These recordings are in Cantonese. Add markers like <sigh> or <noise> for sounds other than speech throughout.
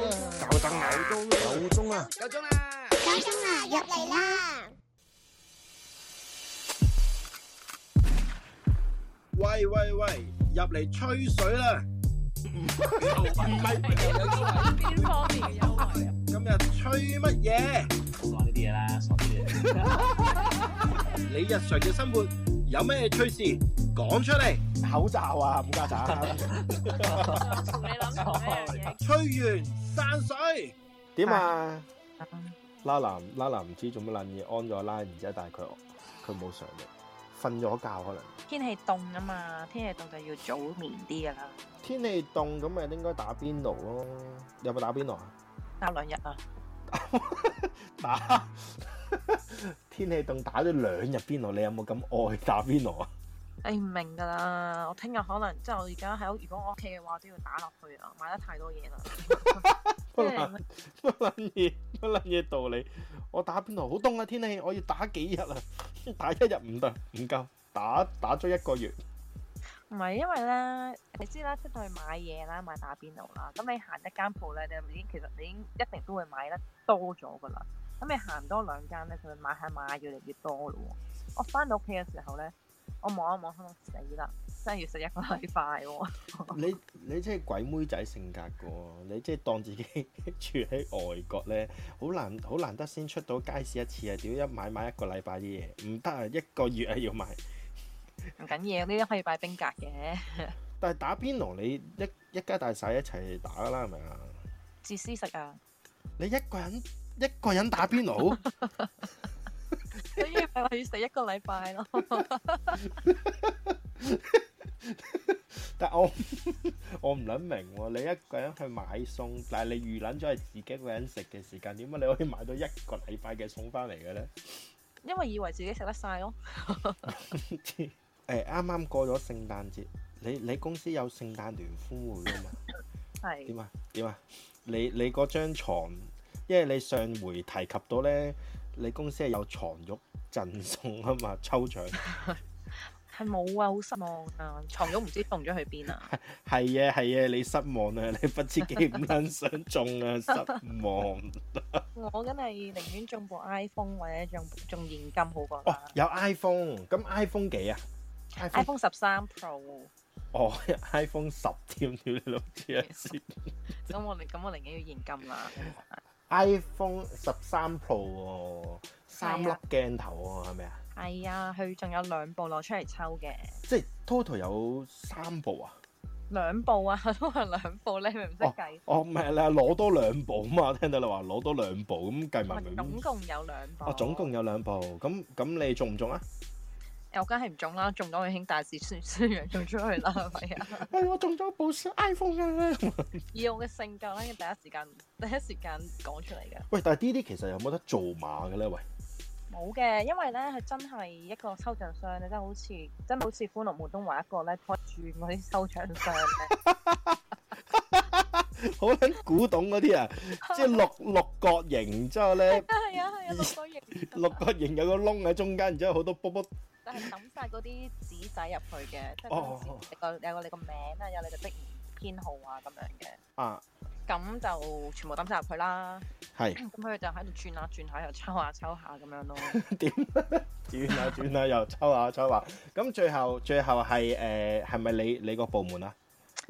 燈啊！夠鐘啊！夠鐘啦！夠鐘啦，入嚟啦！喂喂喂，入嚟吹水啦！唔係，邊方面嘅優惠啊？今日吹乜嘢？唔好講呢啲嘢啦，傻啲嘢。你日常嘅生活有咩趣事講出嚟？口罩啊，冚家鏟！哦同你諗同一樣嘢。吹完散水，點啊？拉男拉男唔知做乜撚嘢，安咗拉，然之後但係佢佢冇上嚟，瞓咗覺可能。天氣凍啊嘛，天氣凍就要早眠啲噶啦，天氣凍咁咪應該打邊爐咯。有冇打邊爐啊？打兩日啊，打 <laughs> 天氣凍打咗兩日邊爐，你有冇咁愛打邊爐啊？哎你唔明噶啦，我聽日可能即係我而家喺屋，如果我屋企嘅話都要打落去啊，買得太多 <laughs> 嘢啦，即乜撚係 <laughs> 乜撚嘢乜撚嘢道理？我打邊爐好凍啊，天氣我要打幾日啊？ <laughs> 打一日唔得唔夠，打打咗一個月。唔係因為咧，你知啦，出到去買嘢啦，買打邊爐啦，咁你行一間鋪咧，你已經其實你已經一定都會買得多咗噶啦。咁你行多兩間咧，佢買下買越嚟越多咯喎。我翻到屋企嘅時候咧，我望一望，心諗死啦，真係要食一個禮拜喎。你你真係鬼妹仔性格嘅喎，你即係當自己 <laughs> 住喺外國咧，好難好難得先出到街市一次啊！屌一買買一個禮拜啲嘢，唔得啊，一個月啊要買。唔緊要，呢啲可以擺冰格嘅，但係打邊爐你一一家大細一齊打㗎啦，係咪啊？自私食啊。你一個人一個人打邊爐，所以咪話要食一個禮拜咯。但我 <laughs> 我唔撚明喎，你一個人去買餸，但係你預撚咗係自己一個人食嘅時間，點解你可以買到一個禮拜嘅餸翻嚟嘅咧？因為以為自己食得晒咯，唔知誒啱啱過咗聖誕節，你你公司有聖誕聯歡會啊嘛？係點啊點啊？你你嗰張牀，因為你上回提及到咧，你公司係有床褥贈送啊嘛，抽獎。係冇啊，好失望啊！床褥唔知凍咗去邊啊！係啊係啊，你失望啊！你不知幾唔撚想中啊，失望。我梗係寧願中部 iPhone 或者中中現金好過哦啦。，有 iPhone，咁 iPhone 幾啊 iPhone 十三 Pro，哦，iPhone <laughs> 十添，屌你老知啊！咁我寧咁我寧願要現金啦。 iPhone 十三 Pro 喎，三粒係啊鏡頭喎，係咪啊？係啊，佢仲有兩部攞出嚟抽嘅，即係 total 有三部啊！兩部啊， <laughs> 都係兩部咧，你明唔識計？哦，唔係你話攞多兩部啊嘛？ <laughs> 聽到你話攞多兩部，咁計埋我咪總共有兩部。哦，總共有兩部，咁咁你中唔中啊？ <laughs> 我梗係唔中啦，中咗已經大肆宣宣揚中出去啦，係咪啊？哎，我中咗部 iPhone 啊！以我嘅性格咧，第一時間第一時間講出嚟嘅。喂，但係呢啲其實有冇得做馬嘅咧？喂， <laughs> 冇嘅，因為咧佢真係一個抽獎箱，你真係好似真係好似歡樂滿東華一個咧拖住嗰啲抽獎箱咧，好撚古董嗰啲啊，即係六六角形，然之後咧 <laughs> 係啊係啊，六個型，六角形有個窿喺中間，然之後好多卜卜。但係抌晒嗰啲紙仔入去嘅，即係哦當時你個有個你個名啊，有你個職業編號啊咁樣嘅，啊，咁就全部抌晒入去啦。 <clears throat> 係咁佢就喺度轉下轉下，又抽下抽下咁樣 <laughs> 咯。點轉下轉下又抽下抽下，咁最後最後係誒係咪你你個部門啊？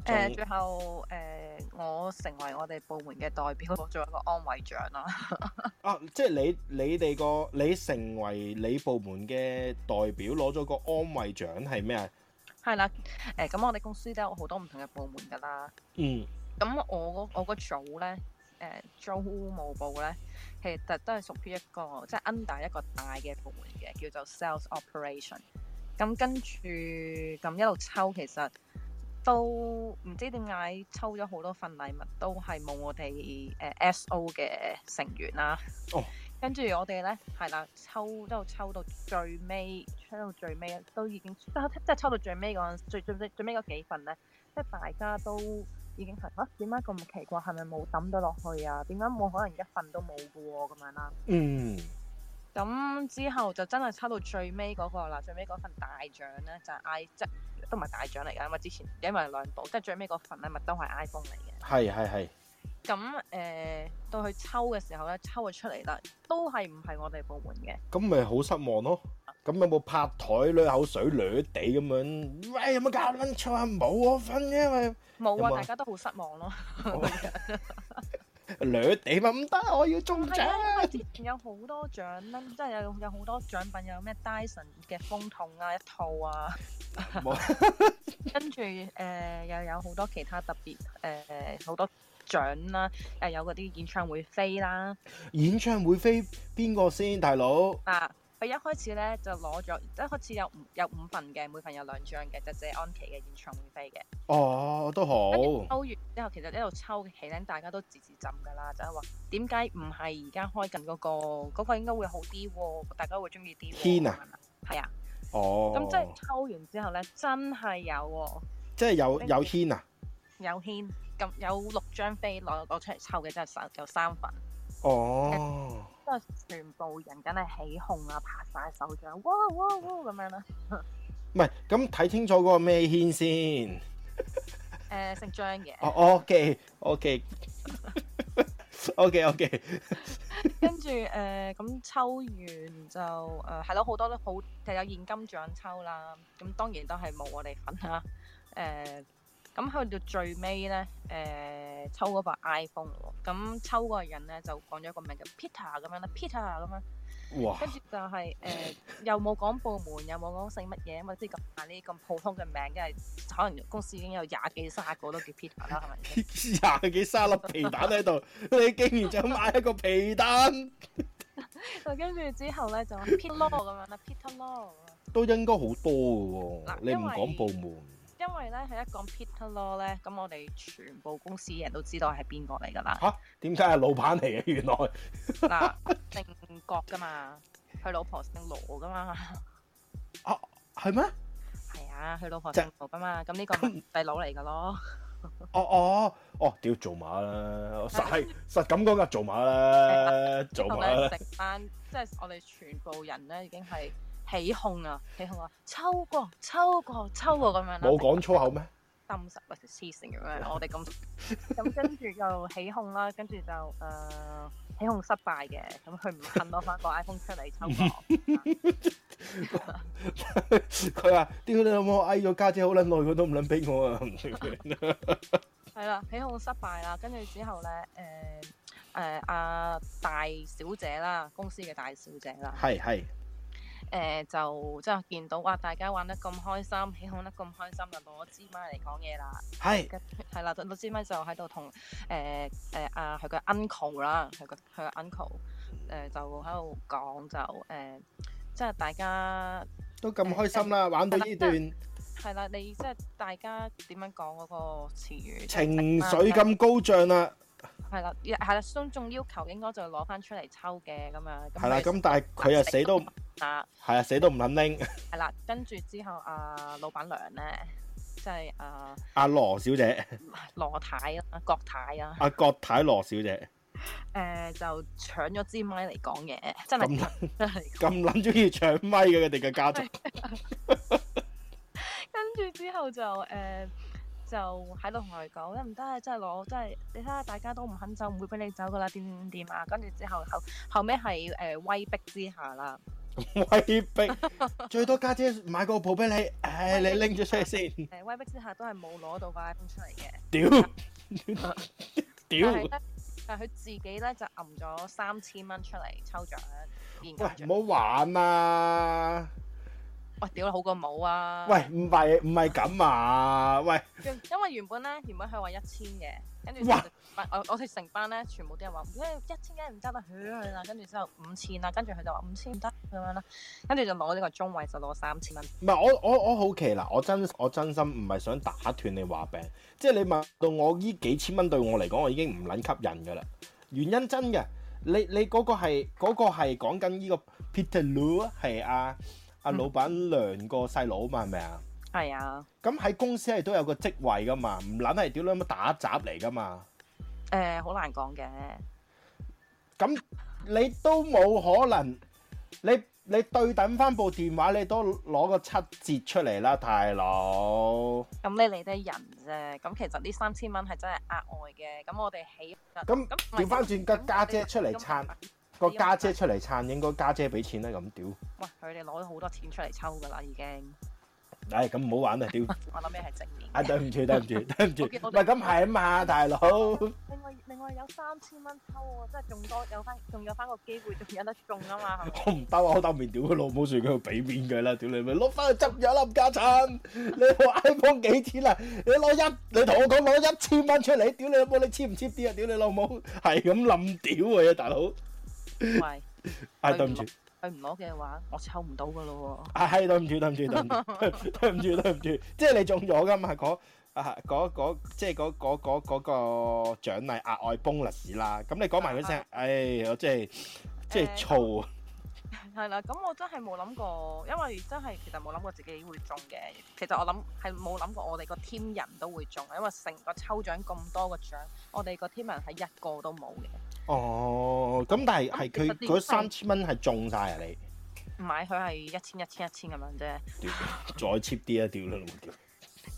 誒、最後誒、我成為我哋部門嘅代表，攞咗一個安慰獎啦。啊，即係你你哋個你成為你部門嘅代表攞咗個安慰獎係咩啊？係啦，誒、咁我哋公司都有好多唔同嘅部門㗎啦。嗯，咁我個我個組咧，誒、租務部咧，其實都係屬於一個即係 under 一個大嘅部門嘅，叫做 sales operation。咁跟住咁一路抽，其實都唔知點解抽咗好多份禮物，都係冇我哋誒、SO 嘅成員啦。哦。跟住我哋咧，係啦，抽都抽到最尾，抽到最尾都已經，即係即係抽到最尾嗰陣，最最最最尾嗰幾份咧，即係大家都。已經係啊，點解咁奇怪？係咪冇抌咗落去啊？點解冇可能一份都冇嘅喎？咁樣啦。嗯，咁之後就真係抽到最尾嗰、個啦，最尾嗰份大獎咧就係、i 即都唔係大獎嚟㗎，因為之前因為兩部，即係最尾嗰份咧咪都係 iPhone 嚟嘅。係係係，咁誒、到佢抽嘅時候咧，抽咗出嚟啦，都係唔係我哋部門嘅？咁咪好失望咯。咁有冇拍台攣口水攣地咁樣？喂，有冇搞撚錯啊？冇我份嘅咪冇啊，有冇啊大家都好失望咯。 <laughs> 攣地咪唔得，我要中係獎。啊，因為之前有好多獎咧，即係有有好多獎品，有咩 Dyson 嘅風筒啊一套啊，冇跟住誒、又有好多其他特別誒好、多獎啦，誒、有嗰啲演唱會飛啦。演唱會飛邊個先，大佬？啊，佢一開始咧就攞咗，一開始有五有五份嘅，每份有兩張嘅，就謝安琪嘅演唱會飛嘅。哦，都好。跟住抽完之後，其實一路抽嘅期咧，大家都自自浸㗎啦，就係話點解唔係而家開緊嗰、個嗰、個應該會好啲喎，大家會中意啲喎。軒啊，係啊，哦，咁即係抽完之後咧，真係有喎、即係有有牽啊？有軒咁有六張飛攞攞出嚟抽嘅，真係三有三份。哦，即係全部人梗係起哄啊，拍晒手掌，哇哇哇咁樣啦。唔係咁睇清楚嗰個咩牽先。誒、姓張嘅。哦，OK，OK。O K O K，跟住誒，呃咁、抽完就誒係咯，好、多都好就有現金獎抽啦。咁當然都係冇我哋份啦。誒、咁去到最尾咧，誒、抽嗰部 iPhone 喎。咁抽嗰個人咧就講咗個名叫 Peter 咁樣啦，Peter 咁樣。哇！跟住就係、呃又冇講部門，又冇講姓乜嘢，咁啊即係咁大呢啲咁普通嘅名，因為可能公司已經有廿幾卅個都叫 Peter 啦，係咪先？廿幾三粒皮蛋喺度， <laughs> 你竟然就買一個皮蛋，跟住之後咧就話 Peter Law 咁樣啦，Peter Law 咁樣。都應該好多嘅喎嗱。你唔因為講部門，因為咧，佢一講 Peter Law 咧，咁我哋全部公司嘅人都知道係邊個嚟㗎啦。點解係老闆嚟嘅？原來嗱，正國㗎嘛，佢老婆姓羅㗎嘛，係咩？係啊，佢老婆即係姓羅㗎嘛，咁呢個咪細佬嚟㗎咯。哦哦哦，屌做馬啦！ <laughs> 我實係實咁講噶，做馬 <laughs> 啦，做咁馬咧啦！成班即係我哋全部人咧已經係起哄啊，起哄啊，抽過，抽過，抽過咁樣啦。冇講粗口咩？ <laughs> 抌實或者黐線咁樣，我哋咁咁跟住又起哄啦，跟住就誒、呃起哄失敗嘅，咁佢唔肯攞翻個 iPhone 出嚟 <laughs> 抽我，佢話：屌你老母，哎咗家姐好撚耐，佢都唔撚俾我啊！係啦，起哄失敗啦，跟住之後咧誒誒阿大小姐啦，公司嘅大小姐啦， <laughs> 係係，誒、呃就即係見到哇，大家玩得咁開心，起哄得咁開心，就攞支咪嚟講嘢啦。係係啦，老支咪就喺度同誒誒啊佢個 uncle 啦，佢個佢個 uncle 誒、就喺度講就誒、即係大家都咁開心啦，玩到呢段係啦，你即係大家點樣講嗰個詞語情緒咁高漲啦，係啦，一係啦，公眾要求應該就攞翻出嚟抽嘅咁樣。係啦，佢咁但係佢又死都啊係啊，死都唔撚拎。係啦，跟住之後啊，老闆娘咧即係啊阿羅小姐，羅太啦、郭太啦。阿郭太羅小姐，啊誒、就搶咗支咪嚟講 <laughs> 嘢，真係咁搶咗嚟講咁撚中意搶咪嘅佢哋嘅家族， <laughs> 跟住之後就誒、呃就喺度同佢講，咧唔得啊，真係攞，真係你睇下大家都唔肯走，唔會俾你走噶啦，點點點啊！跟住之後後後尾係誒威逼之下啦，威逼最多家姐買個鋪俾你，唉，你拎咗出嚟先，誒、威逼之下都係冇攞到個 iPhone 出嚟嘅，屌但屌，係咧，但係佢自己咧就揞咗三千蚊出嚟抽獎現金喂獎，唔好玩啊！哇屌好過冇啊！喂，唔係唔係咁啊！喂，因因為原本咧，原本佢話一千嘅，跟住哇成班我我哋成班咧，全部啲人話，誒一千梗係唔得啦，去去啦，跟住之後五千啦，跟住佢就話五千唔得咁樣啦，跟住就攞呢個中位就攞三千蚊，唔係我我我好奇嗱，我真我真心唔係想打斷你話病，即係你問到我呢幾千蚊對我嚟講，我已經唔撚吸引㗎啦。原因真嘅，你你嗰個係嗰、個係講緊呢個 Peter Lu 啊係阿阿嗯老闆娘個細佬嘛，係咪啊？係啊，咁喺公司係都有個職位㗎嘛，唔撚係屌你乜打雜嚟㗎嘛。誒好難講嘅，咁你都冇可能，你你對等翻部電話，你都攞個七折出嚟啦，大佬。咁你理得人啫，咁其實呢三千蚊係真係額外嘅，咁我哋起咁唔係調翻轉個家姐出嚟撐，個家姐咁出嚟撐，應該家姐俾錢啦。咁屌，喂佢哋攞咗好多錢出嚟抽㗎啦，已經，唉，咁唔好玩 <laughs> 啦，屌！我諗咩係正面啊，嘅。對唔住，對唔 <laughs> 住，對唔住，我見唔我係咁係啊嘛，大佬。另外另外有三千蚊抽喎，真係仲多有翻仲有翻個機會，仲有得中啊嘛，係咪？我唔兜啊，我兜面屌佢老母，算佢俾面佢啦，屌你咪攞翻去執咗啦，冚家產！你話 iPhone 幾錢啊？你攞一，你同我講攞一千蚊出嚟，屌你老母，你 cheap 唔 cheap 啲啊？屌你老母，係咁冧屌佢啊，大佬！ <laughs> 喂，唉，對唔住，佢唔攞嘅話，我抽唔到㗎咯 <laughs> 喎。唉，對唔住，對唔住，對唔住，對唔住，對唔住，即係你中咗噶嘛？嗰啊嗰嗰即係嗰嗰嗰嗰個獎勵額外 bonus 啦，咁你講埋佢聲，唉，我真係即係燥啊！係啦，咁我真係冇諗過，因為真係其實冇諗過自己會中嘅。其實我諗係冇諗過我哋個 team 人都會中，因為成個抽獎咁多個獎，我哋個 team 人係一個都冇嘅。哦，咁但係係佢嗰三千蚊係中晒啊你。唔係佢係一千一千一千咁樣啫。屌，再 cheap 啲啊！屌你老母屌！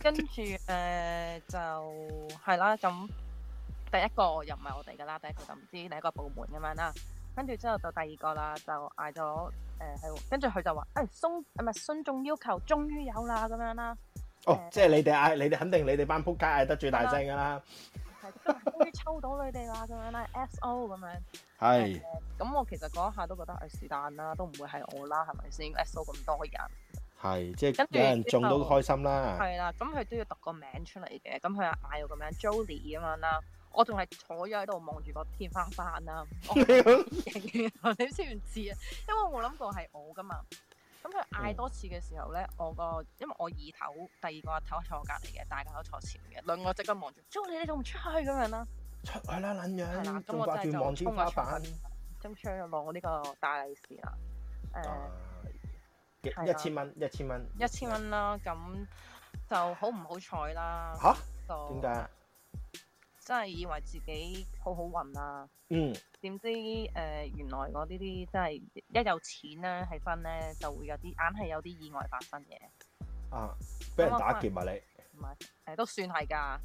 跟住誒、呃就係啦，咁第一個又唔係我哋噶啦，第一個就唔知另一個部門咁樣啦。跟住之後到第二個啦，就嗌咗誒係，跟住佢就話誒鬆唔係信眾要求，終於有啦咁樣啦，哦，即係你哋嗌，你哋肯定你哋班撲街嗌得最大聲㗎啦。係今日終於抽到你哋啦咁樣啦，SO 咁樣。係，咁我其實嗰一下都覺得誒是但啦，都唔會係我啦，係咪先？SO 咁多人。係，即係跟住有人中到開心啦。 <laughs> 係啦，咁佢都要讀個名出嚟嘅，咁佢又嗌我個名 Jolie 咁樣啦，我仲係坐咗喺度望住個天花板啦，我唔 <laughs> 認你知唔知啊？因為我冇諗過係我噶嘛。咁佢嗯嗌多次嘅時候咧，我個因為我二頭第二個阿頭坐我隔離嘅，大家都坐前面嘅，兩個即刻望住 Jolie 你仲唔出去咁樣啦？出去啦，撚係樣，啦咁仲我掛真係住就望天花衝咗板出。咁出去攞呢個大利是啦，誒、哦幾係一啦千蚊，一千蚊，一千。蚊啦，咁就好唔好彩啦？吓？就點解啊？真係以為自己好好運啊！嗯，點知誒、呃原來我呢啲真係一有錢咧係分咧，就會有啲硬係有啲意外發生嘅，啊，俾人打劫啊你！唔係誒都算 <laughs> 係㗎，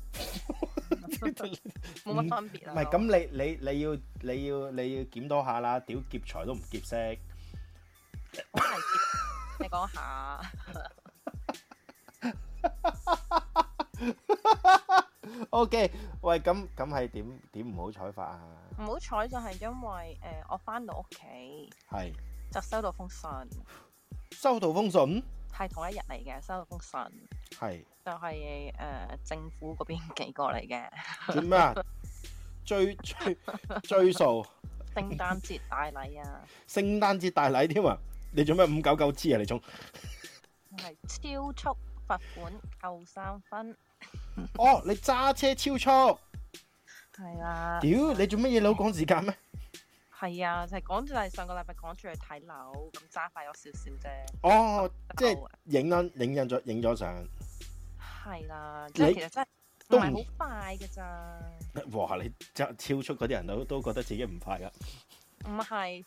冇嗯乜分別啊。唔係咁，你你你要你要你要檢討下啦，屌劫財都唔劫色。好危險，你講下， O K，喂，咁咁係點點唔好彩法啊？唔好彩就係因為誒、呃我翻到屋企係就收到封信，收到封信，係同一日嚟嘅，收到封信係。就係、呃政府嗰邊寄過嚟 <laughs> 嘅，做咩啊？追追追數，聖誕節大禮啊！聖誕節大禮添啊！你做咩五九九支啊？你仲係超速罰款扣三分，哦？你揸車超速，係啦。屌！你做乜嘢？你好趕時間咩？係啊，就係講住係上個禮拜趕住去睇樓，咁揸快咗少少啫。哦，即係就影咗影印咗影咗相。 <laughs> 係啦，即係你其實真係都唔唔係好快嘅咋，哇！你揸超速嗰啲人都都覺得自己唔快啊噶。唔係因為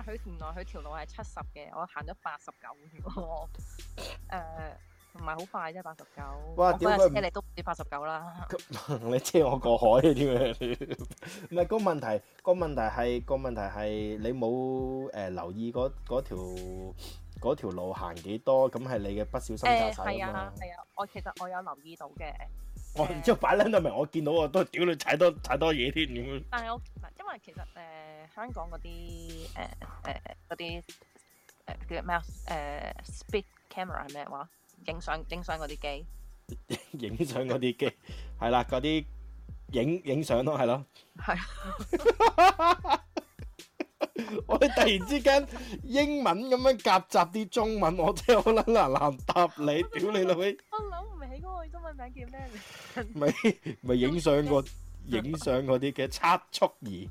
佢原來佢條路係七十嘅，我行咗八十九啫喎。 <laughs> 誒唔係好快啫，八十九。哇我屌嗰佢日唔車你都唔止八十九啦。 <laughs> 你車我過海添啊！唔係個問題，個問題係個問題係你冇誒、呃留意嗰嗰條嗰條路行幾多，咁係你嘅不小心駕誒駛係啊嘛啊。係啊，我其實我有留意到嘅。我然之後擺撚到明，我見到我都屌你踩多踩多嘢添咁樣。但係我嗱，因為其實誒、呃香港嗰啲誒誒嗰啲誒叫咩啊誒 speed camera 係咩話？影相影相嗰啲機影相嗰啲機係啦，嗰啲影影相咯，係咯。係。我哋突然之間英文咁樣夾雜啲中文，我真係好撚難難答你，屌你老味，我諗唔起嗰個中文名叫咩嚟？咪咪影相嗰影相嗰啲嘅測速儀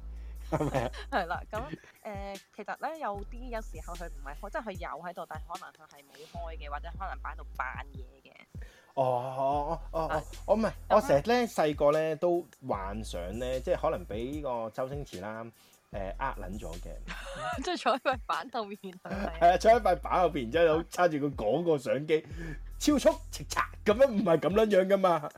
係咪啊？係啦，咁誒、呃其實咧有啲有時候佢唔係開，即係佢有喺度，但係可能佢係冇開嘅，或者可能擺喺度扮嘢嘅。哦哦哦哦啊，我唔係，咁我成日咧細個咧都幻想咧，即係可能俾個周星馳啦，呃撚咗嘅。即係坐喺塊板後面係咪啊？係啊，坐喺塊板後邊，然之後揸住個廣告相機，超速直刷咁樣，唔係咁樣樣噶嘛。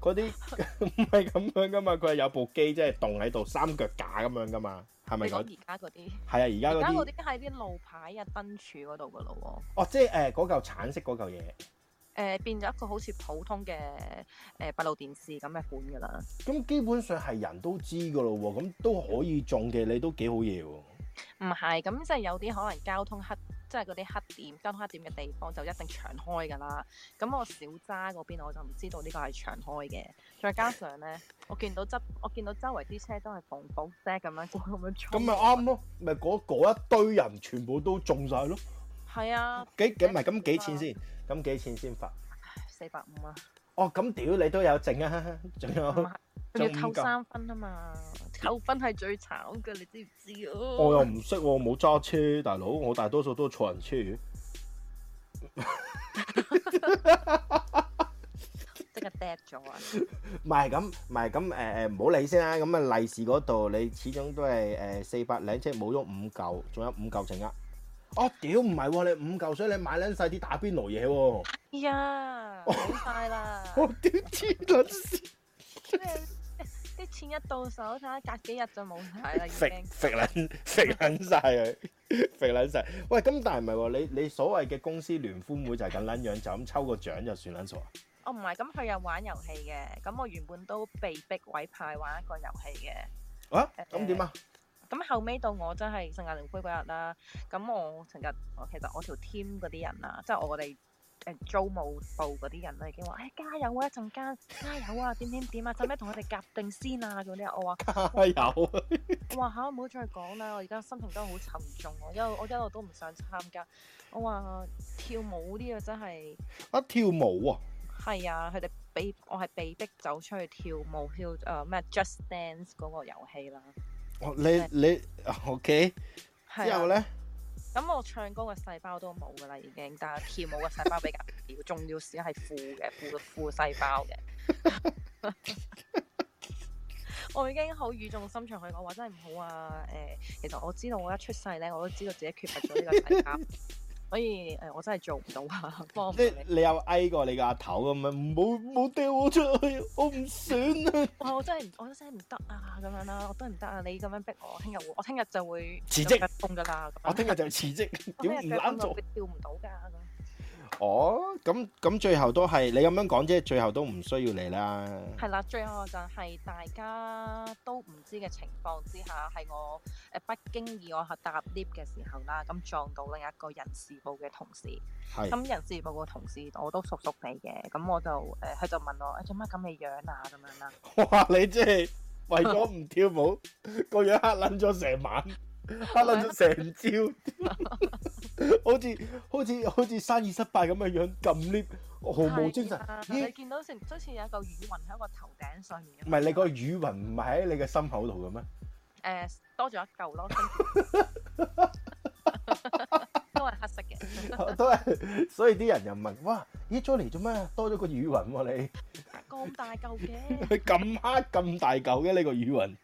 嗰啲 <laughs> 唔係咁樣噶嘛，佢係有部機即係棟喺度，三腳架咁樣噶嘛， <laughs> 係咪你講嗰？而家嗰啲，係啊，而家而嗰家嗰啲啲喺啲路牌啊、燈柱嗰度噶咯哦，即係誒嗰嚿橙色嗰嚿嘢。喎。誒呃變咗一個好似普通嘅誒閉路電視咁嘅款㗎啦。咁基本上係人都知噶咯喎，咁都可以中嘅，你都幾好嘢喎。唔係，咁即係有啲可能交通黑，即係嗰啲黑點、交通黑點嘅地方就一定長開㗎啦。咁我小揸嗰邊我就唔知道呢個係長開嘅，再加上咧，我見到側，我見到周圍啲車都係縫縫啫咁樣咁樣咁啊衝。咪啱咯，咪嗰嗰一堆人全部都中晒咯。係啊，幾幾唔係咁幾錢先？咁幾錢先罰？四百五啊，哦，咁屌你都有剩啊，仲有唔。仲係仲要唔扣夠三分啊嘛，扣分係最慘嘅，你知唔知啊？我又唔識喎，冇揸車，大佬，我大多數都坐人車。即刻 dead 咗啊！唔係咁，唔係咁，誒誒，唔好理先啦。咁啊，利是嗰度你始終都係誒四百零，即係冇咗五嚿，仲有五嚿剩啊。哦，屌唔係喎，你五嚿水你買撚晒啲打邊爐嘢 <laughs> 喎。哎呀，冇晒啦！我屌黐撚線，啲錢一到手，睇下隔幾日就冇晒啦，已肥經。肥撚 <laughs> 肥撚曬佢， <laughs> 肥撚晒。喂，咁但係唔係喎？你你所謂嘅公司聯歡會就係咁撚樣，就咁抽個獎就算撚數啊？哦我唔係，咁佢有玩遊戲嘅，咁我原本都被逼委派玩一個遊戲嘅，啊，咁點啊？ <laughs> 咁後尾到我真係聖誕聯歡嗰日啦，咁我成日我其實我條 team 嗰啲人啊，即係我哋誒租務部嗰啲人咧已經話，誒、加油啊，一陣間加油啊，點點點啊，使唔使同佢哋夾定先啊嗰啲啊，我話加油！我話嚇唔好再講啦，我而家心情都好沉重，我一路我一路都唔想參加，我話跳舞呢個真係〜啊，跳舞啊！係啊，佢哋被我係被逼走出去跳舞跳誒咩、Just Dance 嗰個遊戲啦。哦，你你 ờ, OK 係啊之後，咧，咁我唱歌嘅細胞都冇噶啦，已經，但係跳舞嘅細胞比較少，仲要少係副嘅副副細胞嘅。 <laughs> 我已經好語重心長去講話，真係唔好啊！誒、其實我知道我一出世咧，我都知道自己缺乏咗呢個細胞，所以誒、我真係做唔到啊，幫唔到你。你你又哀過你個阿頭咁樣，唔好唔好掉我出去，我唔想啊！哇！我真係唔，我真係唔得啊！咁樣啦，我都唔得啊！你咁樣逼我，聽日會，我聽日就會辭職痛噶啦。咁樣我聽日就辭職，我聽點日唔腳痛啱就做會？跳唔到㗎咁。哦，咁咁最後都係你咁樣講啫，最後都唔需要你啦。係啦，最後就係大家都唔知嘅情況之下，係我誒不經意我係搭 lift 嘅時候啦，咁撞到另一個人事部嘅同事。係 <laughs> 咁人事部個同事我都熟熟地嘅，咁我就誒佢就問我誒哎做乜咁嘅樣啊咁樣啦。哇，你真係為咗唔跳舞，個樣黑撚咗成晚，黑撚咗成朝，好似好似好似生意失敗咁嘅樣，撳 lift 毫無精神係。啊咦你見到成好似有一個雨雲喺我頭頂上面咁樣。唔係你個語文唔係喺你嘅心口度嘅咩？誒、多咗一嚿咯，跟 <laughs> 住都係黑色 <laughs> 嘅，都係，所以啲人又問：哇，咦，Johnny 做咩多咗個雨雲喎、咁大嚿嘅你咁黑咁大嚿嘅呢個雨雲，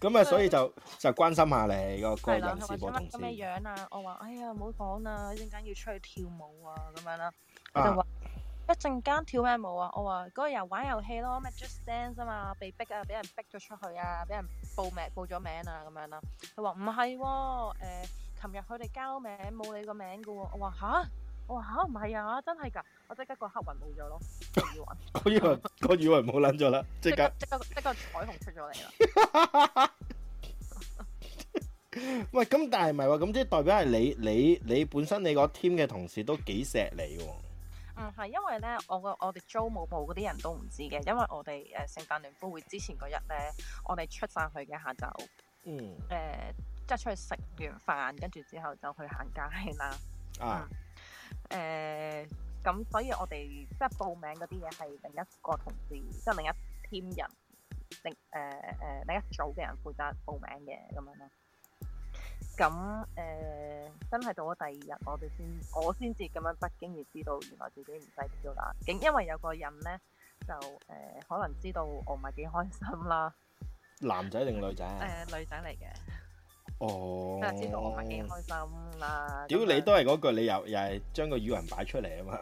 咁啊，所以就就關心下你個個係啦。人佢事部話做同乜事咁。嘅樣啊？我話：哎呀，唔好講啦，一陣間要出去跳舞啊，咁樣啦。佢就啊話：一陣間跳咩舞啊？我話：嗰日玩遊戲咯，咩 Just Dance 啊嘛，被逼啊，俾人逼咗出去啊，俾人報名報咗名啊，咁樣啦。佢話唔係喎，誒琴日佢哋交名冇你個名嘅喎。我話吓，我話吓，唔係啊，真係㗎！我即刻個黑雲冇咗咯，個雨雲。個雨雲個雨雲冇撚咗啦，即即刻刻即刻即刻彩虹出咗嚟啦！ <laughs> 喂，咁但係唔係喎？咁即係代表係你你你本身你個 team 嘅同事都幾錫你喎。唔嗯係因為咧，我個我哋租舞部嗰啲人都唔知嘅，因為我哋誒、呃、聖誕聯歡會之前嗰日咧，我哋出晒去嘅下晝誒、嗯呃即係出去食完飯，跟住之後就去行街啦。啊，誒、呃咁所以我哋即係報名嗰啲嘢係另一個同事，即係另一 team 人，另誒誒、呃另一組嘅人負責報名嘅咁樣咯。咁誒、真係到咗第二日，我哋先我先至咁樣不經意知道，原來自己唔使跳啦。呃竟因為有個人咧就誒、可能知道我唔係幾開心啦，男仔定女仔誒、啊？女仔嚟嘅，哦，但係知道我咪幾開心啦。屌咁樣你都係嗰句，你又又係將個語文擺出嚟啊嘛！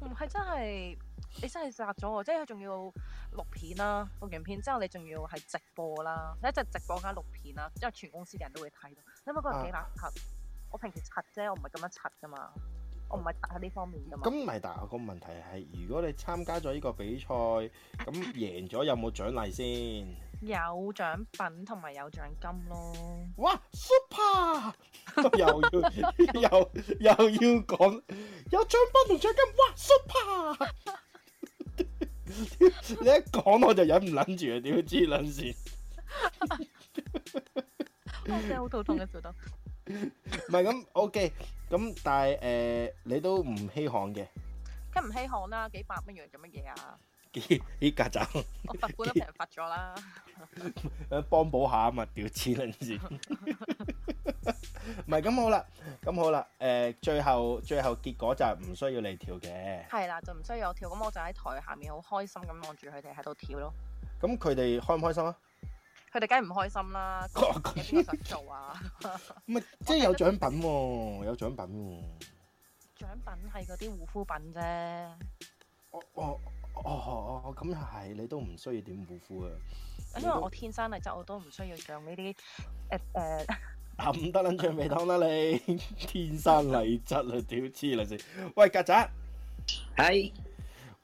唔嗯係真係，你真係殺咗我！即係仲要錄片啦，錄完片之後你仲要係直播啦，一陣直播加錄片啦，因為全公司嘅人都會睇到。你諗下嗰日幾邋遢？我平時柒啫，我唔係咁樣柒噶嘛，我唔係柒喺呢方面噶嘛。咁唔係，但係個問題係，如果你參加咗呢個比賽，咁贏咗有冇獎勵先？有獎品同埋有獎金咯，哇！Super <laughs> 又要又又要講有獎品同獎金，哇！Super <laughs> 你一講我就忍唔撚住啊！屌黐撚線，我真係好肚痛嘅笑到。唔係咁 OK，咁但係誒、呃你都唔稀罕嘅，梗唔稀罕啦，幾百蚊樣做乜嘢啊？幾幾曱甴我罰款都俾人罰咗啦。誒幫補下啊嘛，屌黐撚線， <laughs> 唔係咁好啦，咁好啦，誒、最後最後結果就係唔需要你跳嘅，係啦，就唔需要我跳，咁我就喺台下面好開心咁望住佢哋喺度跳咯。咁佢哋開唔開心啊？佢哋梗係唔開心啦，咁有邊個想做啊？唔係，即係有獎品喎、有獎品喎、獎品係嗰啲護膚品啫。哦哦哦哦哦，咁又係，你都唔需要點護膚啊？因為我天生麗質，我都唔需要用呢啲呃誒誒，冚得撚橡皮糖啦你， <laughs> 天生麗質啊！屌黐啦先，喂曱甴，係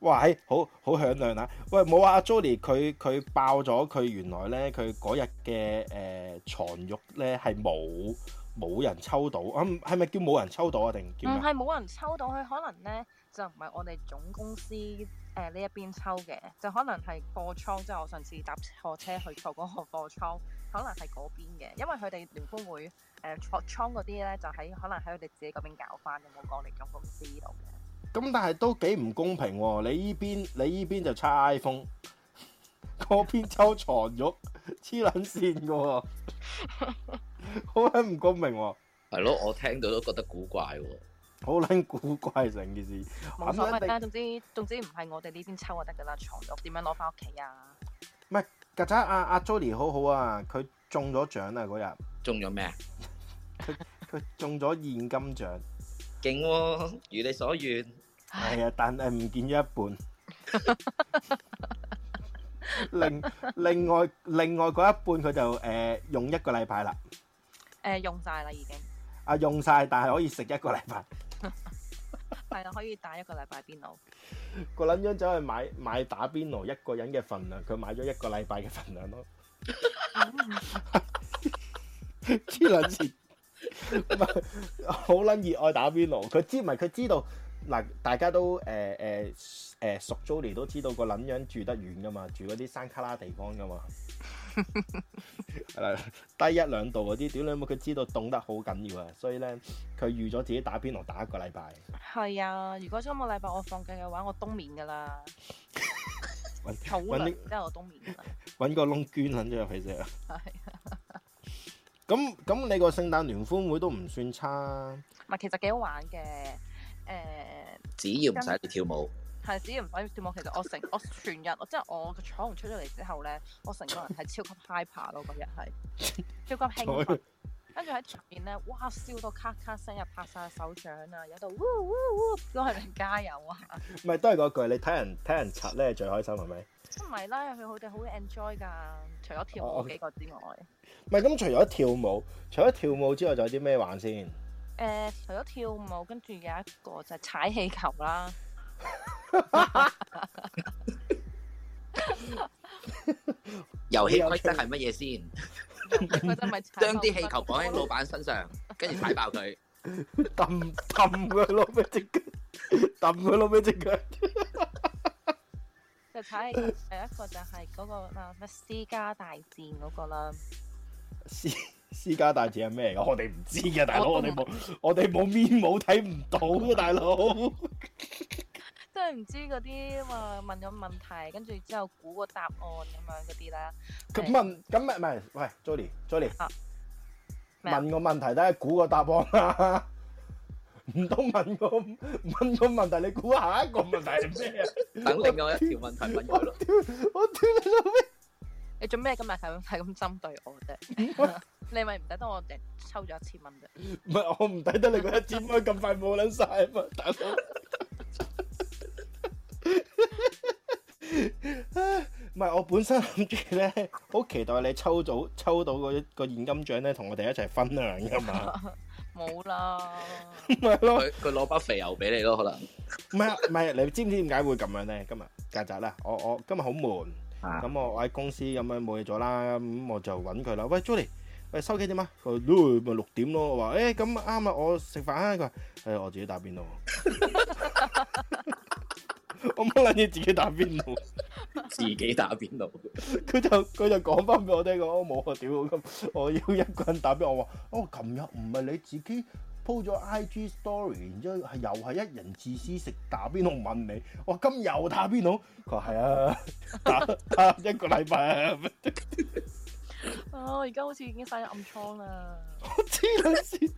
哇係好好響亮啊！喂冇啊，阿 Jolie 佢佢爆咗佢原來咧佢嗰日嘅誒床褥咧係冇冇人抽到啊？唔係咪叫冇人抽到啊？定叫唔咩？係冇人抽到佢，可能咧就唔係我哋總公司誒呢一邊抽嘅，就可能係貨倉，即係我上次搭錯車去錯嗰個貨倉，可能係嗰邊嘅，因為佢哋聯歡會誒貨倉嗰啲咧就喺可能喺佢哋自己嗰邊搞翻，有冇過嚟總公司呢度嘅？咁但係都幾唔公平喎、你依邊你依邊就差 iPhone，嗰邊抽床褥， <laughs> 黐撚線嘅喎，好撚唔公平喎、係咯，我聽到都覺得古怪喎。好撚古怪成件事。冇所咁謂一定啦，總之總之唔係我哋呢邊抽就得㗎啦，床褥點樣攞翻屋企啊？曱甴阿阿 Jolie 好好啊，佢中咗獎啊嗰日，中咗咩啊？佢中咗現金獎，勁喎，如你所願。係啊，但係唔見咗一半。另另外另外嗰一半佢就誒、呃用一個禮拜啦，誒、呃用晒啦已經，啊用晒，但係可以食一個禮拜。係啦，可以打一個禮拜邊爐。個撚樣走去買買打邊爐一個人嘅份量，佢買咗一個禮拜嘅份量咯。嗯黐撚線，唔係好撚熱愛打邊爐。佢知唔係佢知道嗱，大家都誒誒誒熟 Jolie 都知道個撚樣住得遠噶嘛，住嗰啲山卡拉地方噶嘛。係啦，低一兩度嗰啲，屌你媽！佢知道凍得好緊要啊，所以咧佢預咗自己打邊爐打一個禮拜。係啊，如果今個禮拜我放假嘅話，我冬眠㗎啦，揾好搵涼啲之後我冬眠㗎啦。揾個窿捐撚咗入去啫。係咁咁，你個聖誕聯歡會都唔算差，唔係其實幾好玩嘅，誒、只要唔使你跳舞，係只要唔使跳舞，其實我成我全日，我即係我個彩虹出咗嚟之後咧，我成個人係超級 hyper 咯，嗰日係 <laughs> 超級興奮。跟住喺前面咧，哇笑到咔咔聲，又拍晒手掌啊，有度 w 都係人加油啊！咪都係嗰句，你睇人睇人拆咧最開心係咪？唔係啦，佢佢哋好 enjoy 㗎，除咗跳哦舞，OK 幾個之外，誒、咪咁，除咗跳舞，除咗跳舞之外，仲有啲咩玩先？呃除咗跳舞，跟住有一個就係踩氣球 <laughs> 啦。遊戲規則係乜嘢先？佢真咪踩將爆啲佢氣球綁喺老闆身 <laughs> 上，跟住踩爆佢。揼揼佢攞俾只 <laughs> 腳，揼佢攞俾只腳。就踩氣球有一個就係嗰、個啊咩私家大戰嗰個啦，私私家大戰係咩嚟㗎？我哋唔知嘅，大佬，我我都哋唔冇我哋冇面冇睇唔到嘅，大 <laughs> 佬。即係唔知嗰啲話問咗問題，跟住之後估個答案咁樣嗰啲啦。咁啊係問咁咪咪喂，Jolie Jolie，啊咩啊問個問題睇下估個答案啦。唔通問個問個問題，你估下一個問題係咩啊？ <laughs> 等另外一條問題問佢咯。我屌你老味！你做咩今日係咁 <laughs> 係咁針對我啫？ <laughs> 你咪唔抵得我哋抽咗一千蚊啫？唔係我唔抵得你嗰一千蚊咁快冇撚晒啊嘛，大佬。唔係我本身諗住咧，好期待你抽到抽到個個現金獎咧，同我哋一齊分享噶嘛，冇啦，咪係咯。佢佢攞包肥牛俾你咯，可能唔係啊唔係啊，你知唔知點解會咁樣咧？今日曱甴啦，我我今日好悶，啊咁我我喺公司咁樣冇嘢做啦，咁我就揾佢啦。喂，Julie，喂收幾點啊？佢話咪六點咯。我話誒咁啱啊，我食飯啊。佢話誒我自己打邊爐， <laughs> 我冇撚嘢自己打邊爐。自己打邊爐。佢就佢就講翻俾我聽，我冇啊，屌咁，我要一個人打俾我話，哦，琴日唔係你自己 po 咗 IG story，然之後係又係一人自私食打邊爐問你，我話今又打邊爐，佢話係啊，打打一個禮拜啊，啊我而家好似已經生咗暗瘡啦。我黐撚線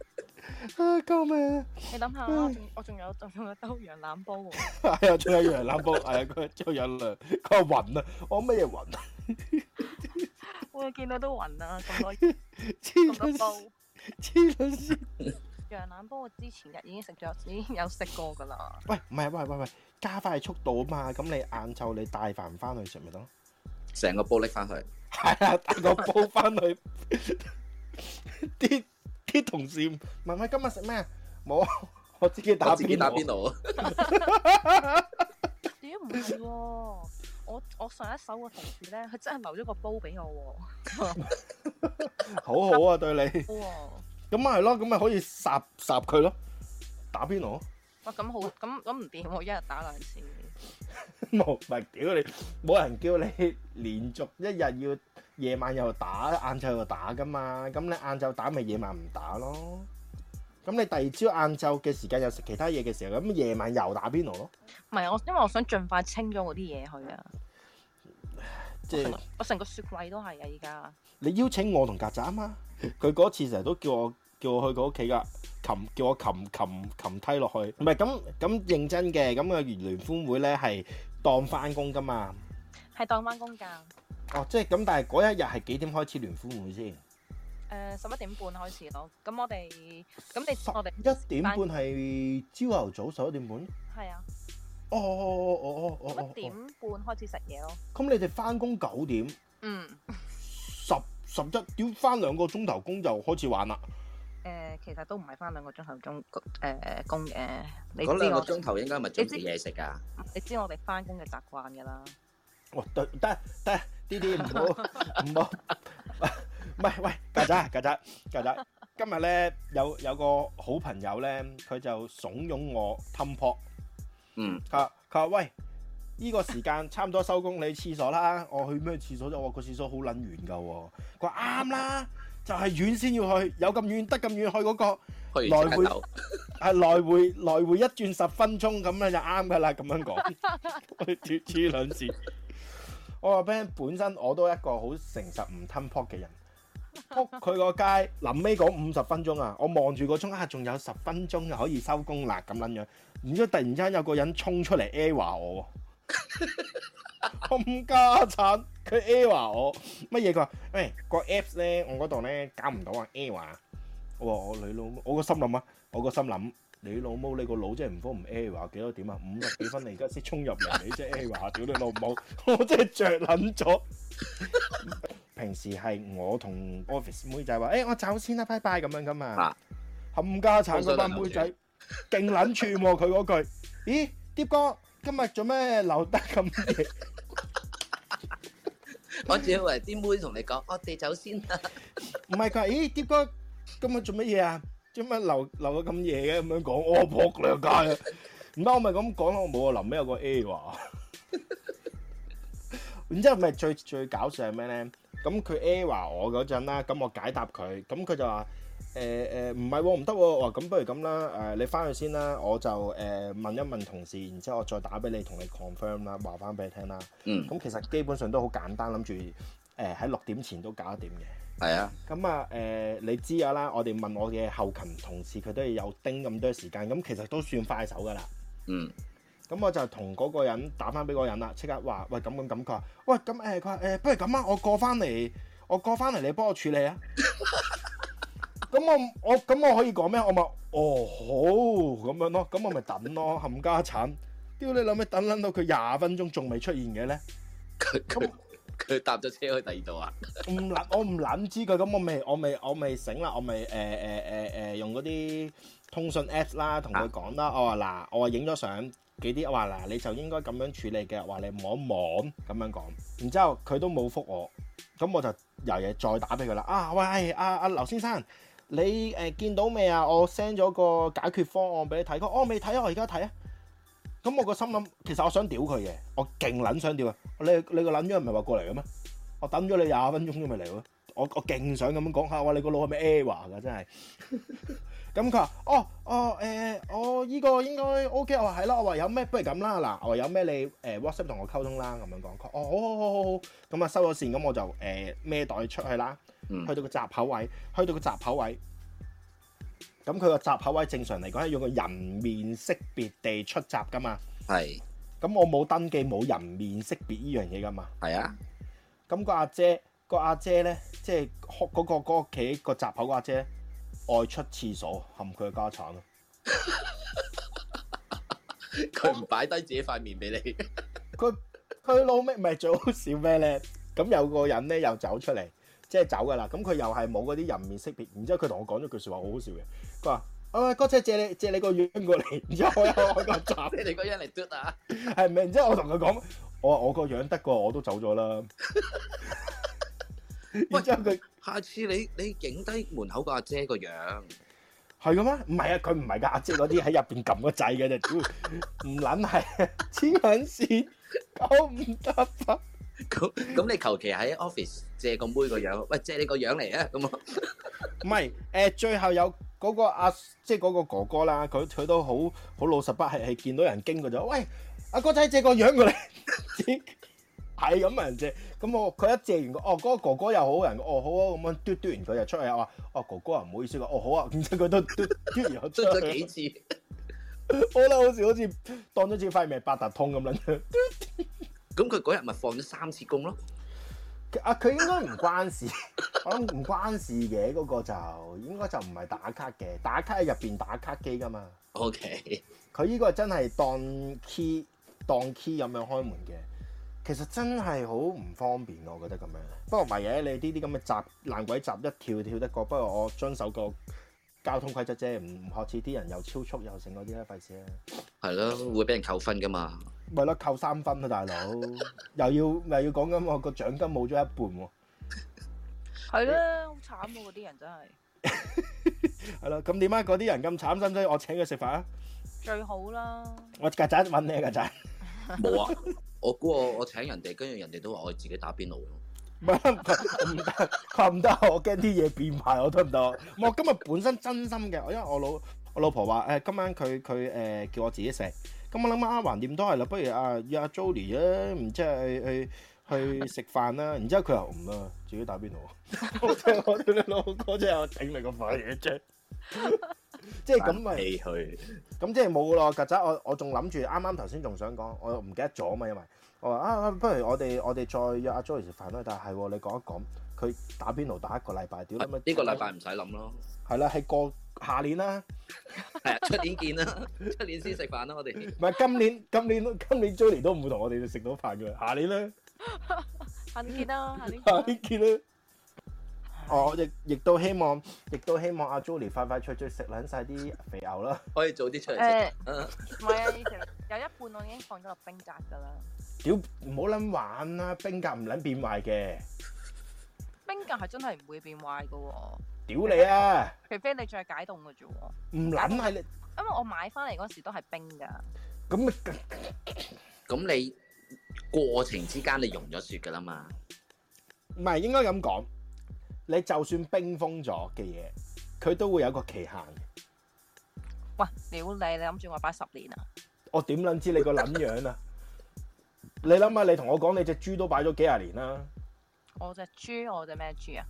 啊，救命啊！你諗下，我仲我仲有我仲有兜羊腩煲喎。係啊，仲有羊腩煲，係啊，佢仲有涼，佢話暈啊，我乜嘢暈啊？我見到都暈啦，咁多黐咁多撚煲線，黐撚線。羊腩煲，我之前日已經食咗，已經有食過㗎啦。喂，唔係，喂喂喂，加快速度啊嘛！咁你晏晝你帶飯翻去食咪得咯？成個煲拎翻去，係啊，帶個煲翻去，啲啲同事問喂今日食咩啊？冇啊，我自己打我自己邊打邊爐。爐。咦唔係喎，我我上一手個同事咧，佢真係留咗個煲俾我好好啊，對你喎。哇！咁咪係咯，咁咪可以霎霎佢咯，打邊 <laughs> 爐。哇咁好，咁咁唔掂喎，一日打兩次。冇，唔係屌你，冇人叫 <laughs> 你連續一日要夜晚又打，晏晝又打噶嘛。咁你晏晝打咪夜晚唔打咯。咁你第二朝晏晝嘅時間又食其他嘢嘅時候，咁夜晚又打邊爐咯。唔係我，因為我想盡快清咗我啲嘢去啊！即係我成個雪櫃都係啊，而家。你邀請我同曱甴啊嘛。佢嗰次成日都叫我叫我去佢屋企噶，擒叫我擒擒擒梯落去。唔係咁咁認真嘅，咁嘅聯歡會咧係當翻工噶嘛。係當翻工㗎，哦，即係咁，但係嗰一日係幾點開始聯歡會先？誒十一點半開始咯。咁我哋，咁你十我哋一點半係朝頭早十一點半。係啊，哦哦哦哦哦十哦一點半開始食嘢咯。咁你哋翻工九點嗯，十十一點翻兩個鐘頭工就開始玩啦。誒其實都唔係翻兩個鐘頭鐘誒工嘅，你知嗰兩個我鐘頭應該咪準你備嘢食㗎。你知我哋翻工嘅習慣㗎啦。哇，得得得，呢啲唔好唔好。唔係喂，曱甴曱甴曱甴，今日咧有有個好朋友咧，佢就慫恿我氹撲。嗯，佢話佢話喂，呢、個時間差唔多收工，你去廁所啦。我去咩廁所啫？我個廁所好撚遠㗎喎。佢話啱啦，就係、遠先要去，有咁遠得咁遠去嗰、個去完即刻走。係來回來回一轉十分鐘咁咧就啱㗎啦。咁樣講，黐黐撚線。我話俾你聽本身我都一個好誠實唔吞撲嘅人。撲佢個街，臨尾嗰五十分鐘啊！我望住個鐘啊，仲有十分鐘啊，可以收工啦咁撚樣。然之後突然之間有個人衝出嚟 a 話我喎，冚家產，佢 a 話我乜嘢？佢話：，喂、個 apps 咧，我嗰度咧搞唔到啊 a 話。我話我你老母，我個心諗啊，我個心諗你老母，你個腦真係唔科唔 a 話幾多點啊？五十幾分你而家先衝入嚟，你真係 a 話，屌你老母，我真係着撚咗。平時係我同 office 妹仔話：，誒、哎我走先啦，拜拜咁樣噶嘛啊。冚家產嗰班妹仔勁撚串喎，佢嗰句：，咦，碟哥今日做咩留得咁夜？ <laughs> 我仲以為啲妹同你講，我哋走先啦。唔係佢話：，咦，碟哥今日做乜嘢啊？做乜留留到咁夜嘅咁樣講？我仆兩街啊！唔得，我咪咁講咯，我冇啊，臨尾有個 A 話。 <laughs> 然之後咪最最搞笑係咩咧？咁佢 A 話我嗰陣啦，咁我解答佢，咁佢就話誒誒唔係喎，唔得喎，我話咁不如咁啦，誒、你翻去先啦，我就誒、問一問同事，然之後我再打俾你同你 confirm 啦，話翻俾你聽啦。嗯，咁其實基本上都好簡單，諗住誒喺六點前都搞得掂嘅。係啊，咁啊誒，你知㗎啦，我哋問我嘅後勤同事，佢都要有叮咁多時間，咁其實都算快手㗎啦。嗯，咁我就同嗰個人打翻俾嗰個人啦，即刻話喂咁咁咁，佢話喂咁誒，佢話誒不如咁啊，我過翻嚟，我過翻嚟你幫我處理啊。 <laughs> 咁我我咁我可以講咩？我咪哦好咁樣咯，咁我咪等咯，冚家產。屌你諗咩等撚到佢廿分鐘仲未出現嘅咧？佢佢佢搭咗車去第二度啊？唔撚，我唔撚知佢，咁我咪我咪我咪醒啦，我咪誒誒誒誒用嗰啲通訊 Apps 啦，同佢講啦，我話嗱，我話影咗相幾啲，我話嗱，你就應該咁樣處理嘅，話你望一望咁樣講，然之後佢都冇覆我，咁我就由嘢再打俾佢啦，啊喂，阿阿劉先生，你誒、呃、見到未啊？我 send 咗個解決方案俾你睇，佢話哦未睇啊，我而家睇啊。咁我個心諗，其實我想屌佢嘅，我勁撚想屌啊！你你個撚樣唔係話過嚟嘅咩？我等咗你廿分鐘都未嚟喎，我我勁想咁樣講下，哇！你個腦係咪 error 㗎真係？ <laughs> 咁佢話：哦哦誒、呃我依個應該 OK。我話係啦，我話有咩不如咁啦，嗱，我話有咩你誒、呃 WhatsApp 同我溝通啦，咁樣講。佢話哦好好好好好，咁啊收咗線，咁我就誒孭、袋出去啦，嗯去到個閘口位，去到個閘口位。咁佢個閘口位正常嚟講係用個人面識別地出閘噶嘛，係咁我冇登記冇人面識別呢樣嘢噶嘛。係啊，咁個阿姐，個阿姐咧，即係嗰、個嗰屋企個閘口個阿姐呢外出廁所，冚佢嘅家產咯。佢唔擺低自己塊面俾你，佢佢老尾咪最好笑咩咧？咁有個人咧又走出嚟，即係走噶啦。咁佢又係冇嗰啲人面識別，然之後佢同我講咗句説話好好笑嘅，佢話：啊喂，哥姐借你借你個樣過嚟，然之後我又開個閘，即係你個樣嚟嘟啊！係咪？然之後我同佢講，我話我個樣得個，我都走咗啦。然之後佢下次你你影低門口個阿姐個樣，係嘅咩？唔係啊，佢唔係㗎，阿姐嗰啲喺入邊撳個掣嘅啫，屌唔撚係黐撚線，搞唔得啊！咁咁你求其喺 office 借個妹個樣，喂借你個樣嚟啊！咁啊，唔係誒，最後有嗰個阿即係嗰個哥哥啦，佢佢都好好老實不係係見到人經過咗，喂阿哥仔借個樣過嚟，係咁問人借，咁我佢一借完個哦嗰、個哥哥又好人，哦好啊咁樣嘟嘟完佢就出去，我話哦哥哥啊唔好意思啊，哦好啊，然之後佢都嘟嘟完 <laughs> 我嘟出咗去，幾次，我覺得好似好似當咗自己塊面係八達通咁樣。咁佢嗰日咪放咗三次工咯。啊，佢應該唔關事，我諗唔關事嘅嗰、個就應該就唔係打卡嘅，打卡喺入邊打卡機噶嘛。 O K，佢呢個真係當 key 當 key 咁樣開門嘅，其實真係好唔方便，我覺得咁樣。不過唔係嘅，你呢啲咁嘅閘爛鬼閘一跳跳得過，不過我遵守個交通規則啫，唔唔學似啲人又超速又剩嗰啲啦，費事啦。係咯，會俾人扣分噶嘛。咪咯，扣三分啊，大佬，又要又要講緊我個獎金冇咗一半喎。係啦，好慘喎！嗰啲人真係係咯，咁點解啊嗰啲人咁慘，使唔使我請佢食飯啊？最好啦。我曱甴揾你啊曱甴， <laughs> 冇啊，我估我我請人哋，跟住人哋都話我自己打邊爐咯。唔係唔得，佢話唔得，我驚啲嘢變壞，我得唔得？我今日本身真心嘅，我因為我老我老婆話誒、今晚佢佢誒叫我自己食，咁我諗啊橫掂都係啦，不如啊約阿 Jolie 啊，唔知係去去去食飯啦，然之後佢又唔啊，自己打邊爐，我真係我屌你老哥真係我頂你個肺嘅啫，即係咁咪。你去咁即係冇咯，曱甴我我仲諗住啱啱頭先仲想講，我唔記得咗嘛，因為我話啊，不如我哋我哋再約阿 Joyce 食飯啦。但係喎，你講一講佢打邊爐打一個禮拜，屌你咪呢個禮拜唔使諗咯，係啦，係過下年啦，係啊，出年見啦，出年先食飯啦，我哋唔係今年今年今年 Jolie 都唔會同我哋食到飯嘅，下年 <laughs> 啦，下年見啦，<laughs> 下年見下啦。年見啦。哦，亦亦都希望，亦都希望阿 Jolie 快快脆脆食撚晒啲肥牛啦。可以早啲出嚟食。誒，唔係啊，以前有一半我已經放咗落冰格㗎啦。屌，唔好撚玩啦，冰格唔撚變壞嘅，冰格係真係唔會變壞㗎喎，屌你啊！除非你再解凍嘅啫喎。唔撚係你，因為我買翻嚟嗰時都係冰㗎，咁咪咁你過程之間你溶咗雪㗎啦嘛，唔係應該咁講，你就算冰封咗嘅嘢，佢都會有個期限嘅。喂，屌你！你諗住我擺十年啊？我點撚知你個撚樣啊？你諗下，你同我講你只豬都擺咗幾廿年啦，我只豬，我只咩豬啊？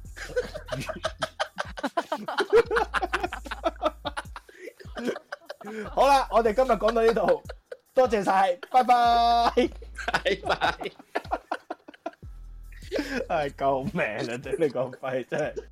好啦，我哋今日講到呢度，多謝晒，拜拜。拜拜。 <laughs> 唉，救命啊！對你講廢真係。